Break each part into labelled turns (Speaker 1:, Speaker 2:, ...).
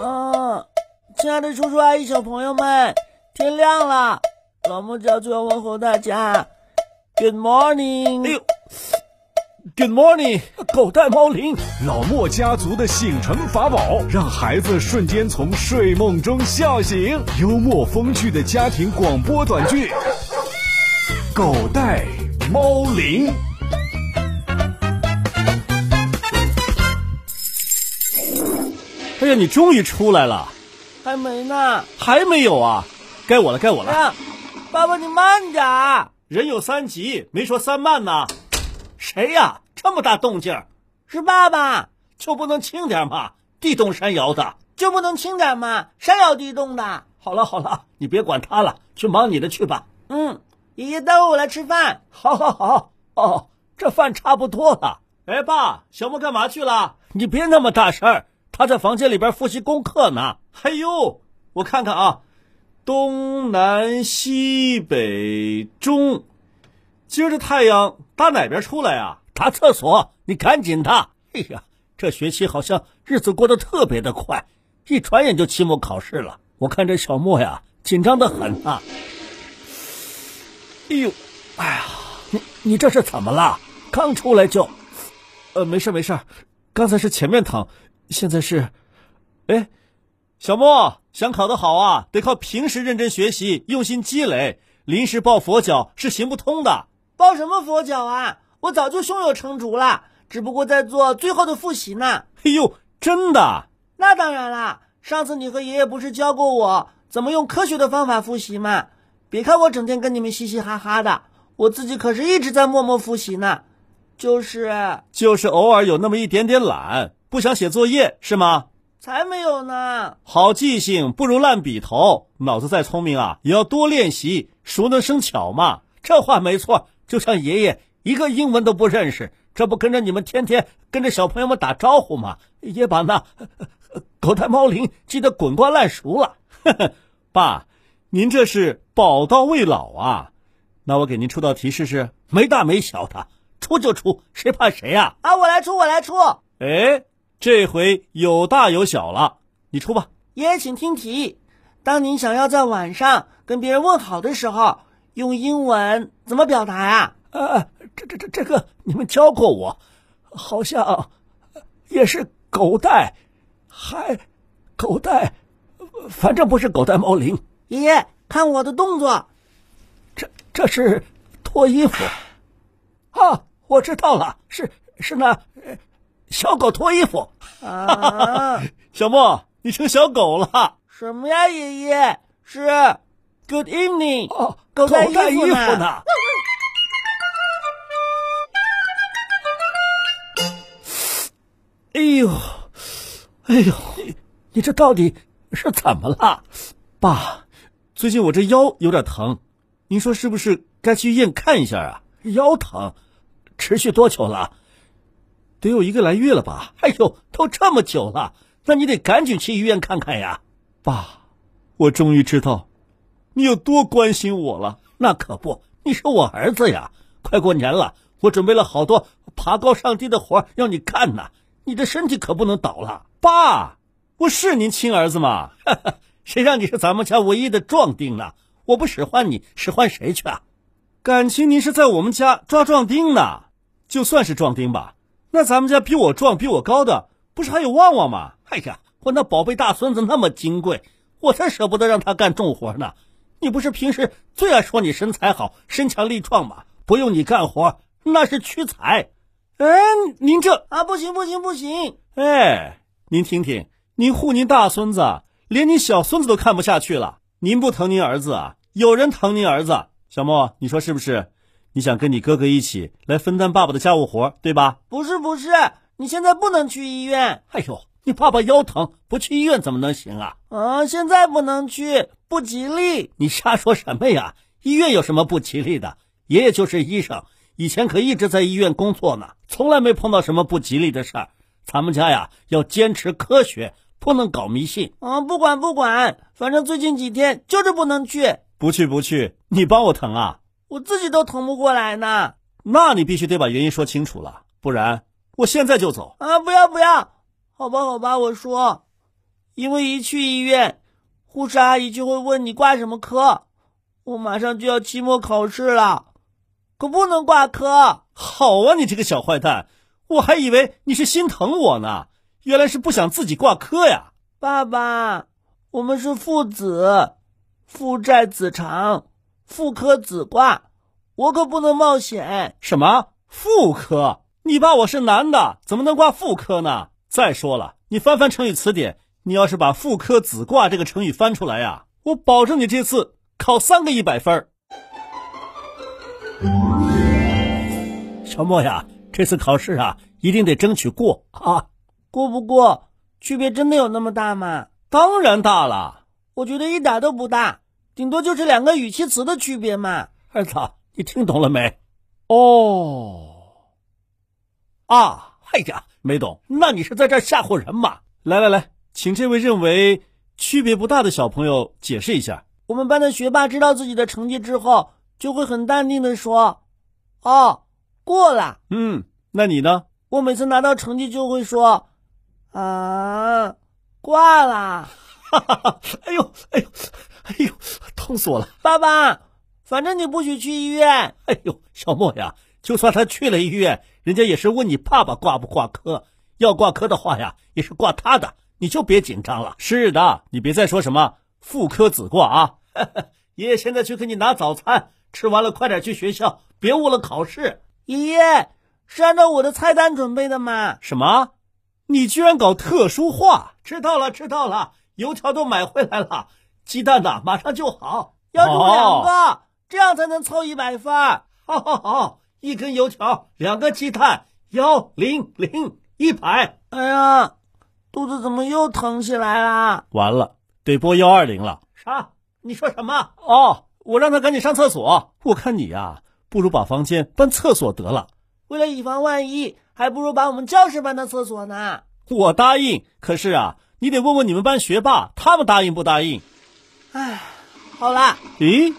Speaker 1: 嗯亲爱的叔叔阿姨、小朋友们，天亮了，老木教主要问候大家，Good morning。
Speaker 2: 哎呦，Good morning，
Speaker 1: 狗带猫铃。
Speaker 2: 老莫家族的醒神法宝，让孩子瞬间从睡梦中笑醒。幽默风趣的家庭广播短剧，《狗带猫铃》。哎呀，你终于出来了，
Speaker 1: 还没呢。
Speaker 2: 还没有啊？该我了，该我
Speaker 1: 哎
Speaker 2: 了。
Speaker 1: 呀，爸爸你慢点儿，
Speaker 2: 人有三急，没说三慢呐。谁呀、这么大动静儿，
Speaker 1: 是爸爸
Speaker 2: 就不能轻点儿吗？地动山摇的。
Speaker 1: 就不能轻点吗？山摇地动的。
Speaker 2: 好了好了，你别管他了，去忙你的去吧。
Speaker 1: 嗯，爷爷待会我来吃饭。
Speaker 2: 好，好，好，哦，这饭差不多了。哎，爸，小莫干嘛去了？你别那么大声儿，他在房间里边复习功课呢。哎呦，我看看啊，东南西北中，今儿这太阳打哪边出来啊？打厕所，你赶紧的。哎呀，这学期好像日子过得特别的快，一转眼就期末考试了。我看这小莫呀，紧张的很啊。哎呦，哎呀，你你这是怎么了？刚出来就，呃，没事没事，刚才是前面疼，现在是，哎，小莫想考得好啊，得靠平时认真学习，用心积累，临时抱佛脚是行不通的。
Speaker 1: 抱什么佛脚啊？我早就胸有成竹了，只不过在做最后的复习呢。
Speaker 2: 哎呦，真的，啊
Speaker 1: 那当然啦，上次你和爷爷不是教过我怎么用科学的方法复习吗？别看我整天跟你们嘻嘻哈哈的，我自己可是一直在默默复习呢。就是
Speaker 2: 就是偶尔有那么一点点懒，不想写作业是吗？
Speaker 1: 才没有呢。
Speaker 2: 好记性不如烂笔头，脑子再聪明啊，也要多练习，熟能生巧嘛。这话没错，就像爷爷一个英文都不认识，这不跟着你们天天跟着小朋友们打招呼吗？也把那 呃呃狗带猫铃记得滚瓜烂熟了。 呵呵，爸，您这是宝刀未老啊！那我给您出道题试试，没大没小的，出就出，谁怕谁啊？
Speaker 1: 啊，我来出，我来出。
Speaker 2: 哎，这回有大有小了，你出吧。
Speaker 1: 爷爷，请听题：当您想要在晚上跟别人问好的时候，用英文怎么表达呀、
Speaker 2: 啊，这这这这个你们教过我，好像呃也是狗带，还狗带，反正不是狗带猫铃，
Speaker 1: 爷爷，看我的动作，
Speaker 2: 这这是脱衣服。啊，我知道了，是是那呃小狗脱衣服。
Speaker 1: 啊，
Speaker 2: 小莫，你成小狗了。
Speaker 1: 什么呀？爷爷是 Good evening，、
Speaker 2: 哦，
Speaker 1: 狗带
Speaker 2: 带
Speaker 1: 衣服
Speaker 2: 服
Speaker 1: 呢
Speaker 2: 呢？哎呦，哎呦，你你这到底是怎么了，爸？最近我这腰有点疼，您说是不是该去医院看一下啊？腰疼，持续多久了？得有一个来月了吧？哎呦，都这么久了，那你得赶紧去医院看看呀，爸。我终于知道你有多关心我了。那可不，你是我儿子呀！快过年了，我准备了好多爬高上低的活儿让你干呢。你这身体可不能倒了，爸！我是您亲儿子吗？ 谁让你是咱们家唯一的壮丁呢？我不使唤你，使唤谁去啊？感情您是在我们家抓壮丁呢？就算是壮丁吧，那咱们家比我壮、比我高的，不是还有旺旺吗？哎呀，我那宝贝大孙子那么金贵，我才舍不得让他干重活呢。你不是平时最爱说你身材好、身强力壮吗？不用你干活，那是屈才。哎，您这
Speaker 1: 啊，不行不行不行，
Speaker 2: 哎，您听听，您护您大孙子，连您小孙子都看不下去了。您不疼您儿子啊？有人疼您儿子？啊小莫，你说是不是？你想跟你哥哥一起来分担爸爸的家务活，对吧？
Speaker 1: 不是不是，你现在不能去医院
Speaker 2: 哎呦，你爸爸腰疼，不去医院怎么能行啊？
Speaker 1: 啊，现在不能去，不吉利。
Speaker 2: 你瞎说什么呀？医院有什么不吉利的？爷爷就是医生，以前可一直在医院工作呢，从来没碰到什么不吉利的事儿。咱们家呀，要坚持科学，不能搞迷信。
Speaker 1: 啊，不管不管，反正最近几天就是不能去，
Speaker 2: 不去不去，你帮我疼啊？
Speaker 1: 我自己都疼不过来呢。
Speaker 2: 那你必须得把原因说清楚了，不然我现在就走。
Speaker 1: 啊，不要不要，好吧好吧，我说，因为一去医院，护士阿姨就会问你挂什么科。我马上就要期末考试了，可不能挂科。
Speaker 2: 好啊，你这个小坏蛋，我还以为你是心疼我呢，原来是不想自己挂科呀。
Speaker 1: 爸爸，我们是父子，父债子偿，父科子挂，我可不能冒险。
Speaker 2: 什么副科？你爸我是男的，怎么能挂副科呢？再说了，你翻翻成语词典，你要是把“副科子挂”这个成语翻出来呀、啊，我保证你这次考三个一百分儿。小莫呀，这次考试啊，一定得争取过啊！
Speaker 1: 过不过，区别真的有那么大吗？
Speaker 2: 当然大了，
Speaker 1: 我觉得一点都不大，顶多就是两个语气词的区别嘛。
Speaker 2: 儿子，你听懂了没？哦。啊，哎呀，没懂，那你是在这儿吓唬人吗？来来来，请这位认为区别不大的小朋友解释一下。
Speaker 1: 我们班的学霸知道自己的成绩之后，就会很淡定的说：“
Speaker 2: 啊
Speaker 1: 哦，过了。”
Speaker 2: 嗯，那你呢？
Speaker 1: 我每次拿到成绩就会说：“啊，挂了。”
Speaker 2: 哈哈哈！ 哎呦，哎呦，哎呦，痛死我了！
Speaker 1: 爸爸，反正你不许去医院。
Speaker 2: 哎呦，小莫呀。就算他去了医院，人家也是问你爸爸挂不挂科。要挂科的话呀，也是挂他的，你就别紧张了。是的，你别再说什么副科子挂啊呵呵！爷爷现在去给你拿早餐，吃完了快点去学校，别误了考试。
Speaker 1: 爷爷是按照我的菜单准备的吗？
Speaker 2: 什么？你居然搞特殊化？知道了，知道了，油条都买回来了，鸡蛋呐、啊、马上就好，
Speaker 1: 要煮两个，哦、这样才能凑一百分。
Speaker 2: 好好好。一根油条，两个鸡蛋，幺零零一百。
Speaker 1: 哎呀，肚子怎么又疼起来啦？
Speaker 2: 完了，得拨幺二零了。
Speaker 1: 啥？你说什么？
Speaker 2: 哦，我让他赶紧上厕所。我看你呀、啊，不如把房间搬厕所得了。
Speaker 1: 为了以防万一，还不如把我们教室搬到厕所呢。
Speaker 2: 我答应，可是啊，你得问问你们班学霸，他们答应不答应？
Speaker 1: 哎，好啦。
Speaker 2: 咦，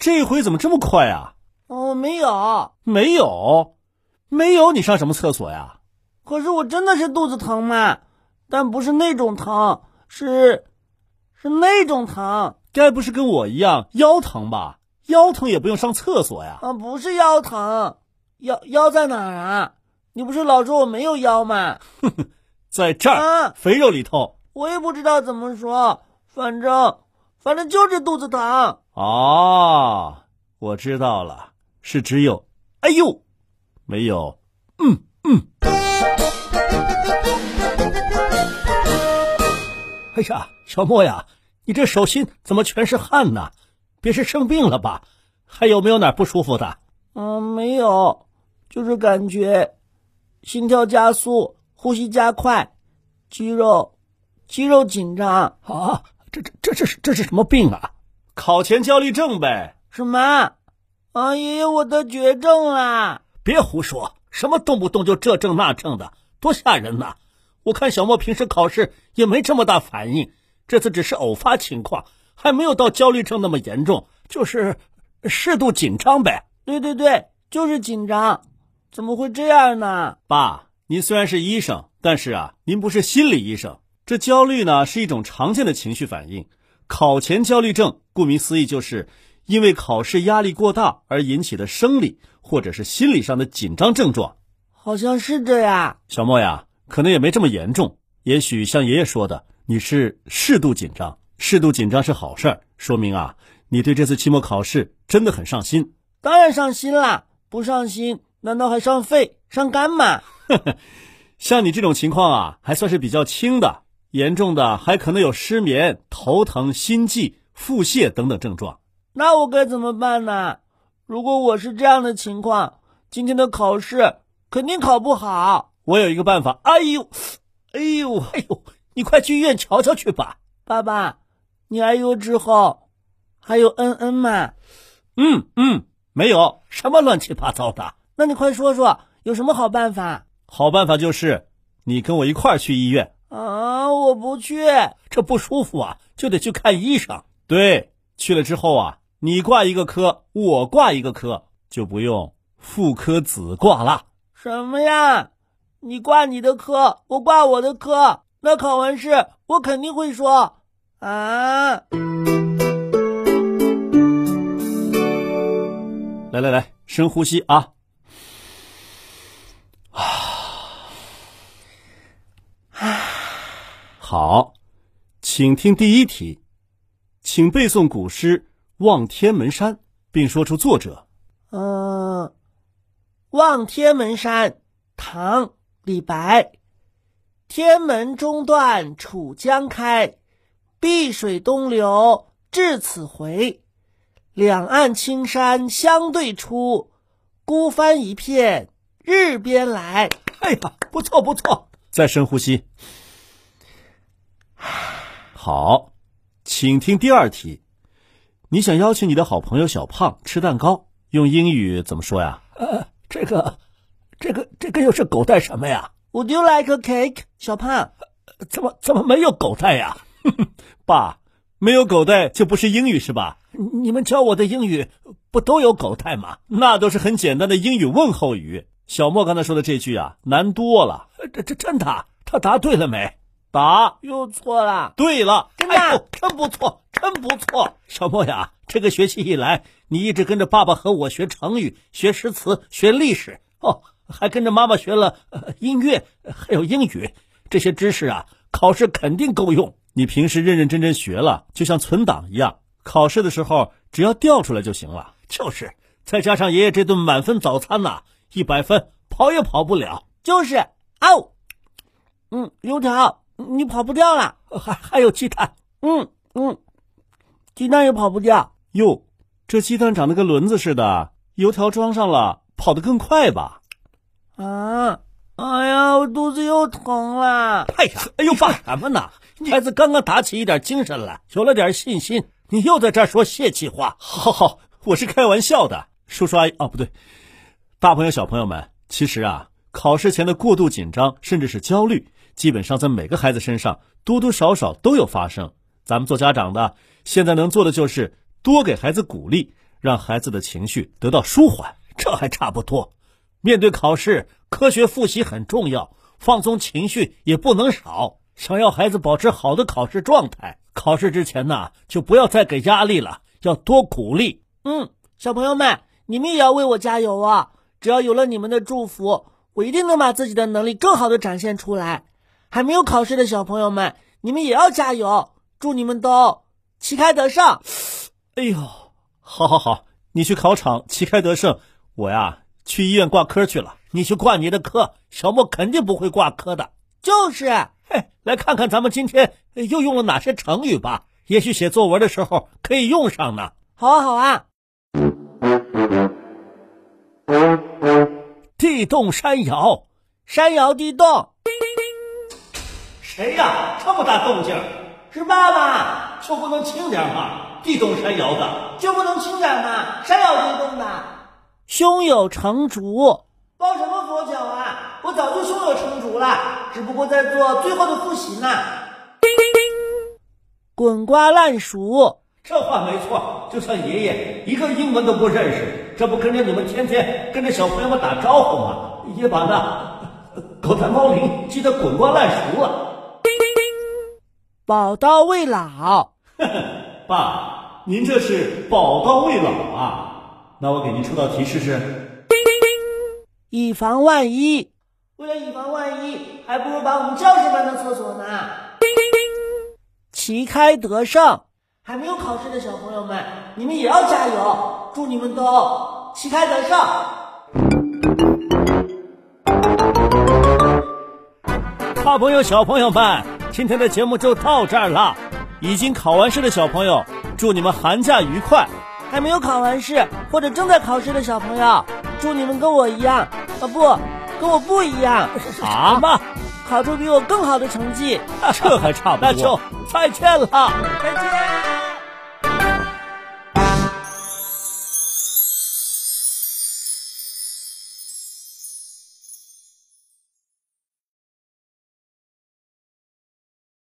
Speaker 2: 这回怎么这么快啊？
Speaker 1: 哦，没有，
Speaker 2: 没有，没有，你上什么厕所呀？
Speaker 1: 可是我真的是肚子疼嘛，但不是那种疼，是是那种疼。
Speaker 2: 该不是跟我一样腰疼吧？腰疼也不用上厕所呀。
Speaker 1: 啊，不是腰疼，腰腰在哪儿啊？你不是老说我没有腰吗？
Speaker 2: 哼哼， 在这儿，
Speaker 1: 啊、
Speaker 2: 肥肉里头。
Speaker 1: 我也不知道怎么说，反正反正就是肚子疼。
Speaker 2: 哦，我知道了。是只有，哎呦，没有，嗯嗯。哎呀，小莫呀，你这手心怎么全是汗呢？别是生病了吧？还有没有哪不舒服的？
Speaker 1: 嗯，没有，就是感觉心跳加速，呼吸加快，肌肉肌肉紧张
Speaker 2: 啊！这这这这是这是什么病啊？考前焦虑症呗？
Speaker 1: 什么？啊，爷爷，我得绝症啦！
Speaker 2: 别胡说，什么动不动就这症那症的，多吓人呐、啊！我看小莫平时考试也没这么大反应，这次只是偶发情况，还没有到焦虑症那么严重，就是适度紧张呗。
Speaker 1: 对对对，就是紧张，怎么会这样呢？
Speaker 2: 爸，您虽然是医生，但是啊，您不是心理医生。这焦虑呢是一种常见的情绪反应，考前焦虑症，顾名思义就是。因为考试压力过大而引起的生理或者是心理上的紧张症状，
Speaker 1: 好像是这样。
Speaker 2: 小莫呀，可能也没这么严重。也许像爷爷说的，你是适度紧张，适度紧张是好事儿，说明啊，你对这次期末考试真的很上心。
Speaker 1: 当然上心啦，不上心难道还伤肺、伤肝吗？
Speaker 2: 像你这种情况啊，还算是比较轻的，严重的还可能有失眠、头疼、心悸、腹泻等等症状。
Speaker 1: 那我该怎么办呢？如果我是这样的情况，今天的考试肯定考不好。
Speaker 2: 我有一个办法。哎呦，哎呦，哎呦！你快去医院瞧瞧去吧。
Speaker 1: 爸爸，你 I U 之后还有 N N 吗？
Speaker 2: 嗯嗯，没有什么乱七八糟的。
Speaker 1: 那你快说说有什么好办法？
Speaker 2: 好办法就是你跟我一块儿去医院。
Speaker 1: 啊，我不去，
Speaker 2: 这不舒服啊，就得去看医生。对，去了之后啊。你挂一个科，我挂一个科，就不用副科子挂了。
Speaker 1: 什么呀？你挂你的科，我挂我的科。那考完试，我肯定会说：“啊！
Speaker 2: 来来来，深呼吸啊！ 好，请听第一题，请背诵古诗《望天门山》，并说出作者。
Speaker 1: 嗯，《望天门山》唐·李白。天门中断楚江开，碧水东流至此回。两岸青山相对出，孤帆一片日边来。
Speaker 2: 哎呀，不错不错，再深呼吸。好，请听第二题。你想邀请你的好朋友小胖吃蛋糕，用英语怎么说呀？
Speaker 3: 呃，这个，这个，这个又是狗带什么呀？呃
Speaker 1: Would you like a cake，小胖？
Speaker 3: 怎么怎么没有狗带呀？
Speaker 2: 爸，没有狗带就不是英语是吧？
Speaker 3: 你们教我的英语不都有狗带吗？
Speaker 2: 那都是很简单的英语问候语。小莫刚才说的这句啊，难多了。
Speaker 3: 这这真的？啊他答对了没？
Speaker 2: 答
Speaker 1: 又错了。
Speaker 2: 对了，
Speaker 1: 真的、
Speaker 3: 哎呦，真不错，真不错。小莫呀，这个学期以来，你一直跟着爸爸和我学成语、学诗词、学历史哦。还跟着妈妈学了、呃、音乐，还有英语，这些知识啊，考试肯定够用。
Speaker 2: 你平时认认真真学了，就像存档一样，考试的时候只要调出来就行了。
Speaker 3: 就是，再加上爷爷这顿满分早餐呐、啊，一百分跑也跑不了。
Speaker 1: 就是啊、哦，嗯，油条你跑不掉了，
Speaker 3: 还还有鸡蛋，
Speaker 1: 嗯嗯，鸡蛋也跑不掉。
Speaker 2: 哟，这鸡蛋长得跟轮子似的，油条装上了，跑得更快吧？
Speaker 1: 啊！哎呀，我肚子又疼了。
Speaker 3: 哎呀，哎呦，爸什么呢？孩子刚刚打起一点精神来，有了点信心，你又在这说泄气话。
Speaker 2: 好好，我是开玩笑的。叔叔阿姨，哦，不对，大朋友小朋友们，其实啊，考试前的过度紧张，甚至是焦虑，基本上在每个孩子身上多多少少都有发生。咱们做家长的，现在能做的就是多给孩子鼓励，让孩子的情绪得到舒缓，
Speaker 3: 这还差不多。面对考试，科学复习很重要，放松情绪也不能少。想要孩子保持好的考试状态，考试之前呢、啊，就不要再给压力了，要多鼓励。
Speaker 1: 嗯，小朋友们，你们也要为我加油啊！只要有了你们的祝福，我一定能把自己的能力更好的展现出来。还没有考试的小朋友们，你们也要加油！祝你们都旗开得胜！
Speaker 2: 哎呦，好好好，你去考场旗开得胜，我呀。去医院挂科去了，
Speaker 3: 你去挂你的科，小莫肯定不会挂科的。
Speaker 1: 就是，
Speaker 3: 嘿，来看看咱们今天哎又用了哪些成语吧，也许写作文的时候可以用上呢。
Speaker 1: 好啊，好啊。
Speaker 3: 地动山摇，
Speaker 1: 山摇地动。
Speaker 3: 谁呀、啊？这么大动静？
Speaker 1: 是爸爸。
Speaker 3: 就不能轻点吗？地动山摇的，
Speaker 1: 就不能轻点吗？山摇地动的。胸有成竹，抱什么佛脚啊！我早就胸有成竹了，只不过在做最后的复习呢。滚瓜烂熟，
Speaker 3: 这话没错。就算爷爷一个英文都不认识，这不跟着你们天天跟着小朋友们打招呼吗？也把那狗蛋猫铃记得滚瓜烂熟啊了。
Speaker 1: 宝刀未老，
Speaker 2: 爸，您这是宝刀未老啊！那我给您出道题试试，
Speaker 1: 以防万一。为了以防万一，还不如把我们教室搬到厕所呢。旗开得胜，还没有考试的小朋友们，你们也要加油！祝你们都旗开得胜。
Speaker 2: 大朋友、小朋友们，今天的节目就到这儿了。已经考完试的小朋友，祝你们寒假愉快！
Speaker 1: 还没有考完试或者正在考试的小朋友，祝你们跟我一样啊不，跟我不一样
Speaker 2: 啊
Speaker 1: 么， 考出比我更好的成绩，
Speaker 2: 这还差不多，
Speaker 3: 那就再见了，
Speaker 1: 再见。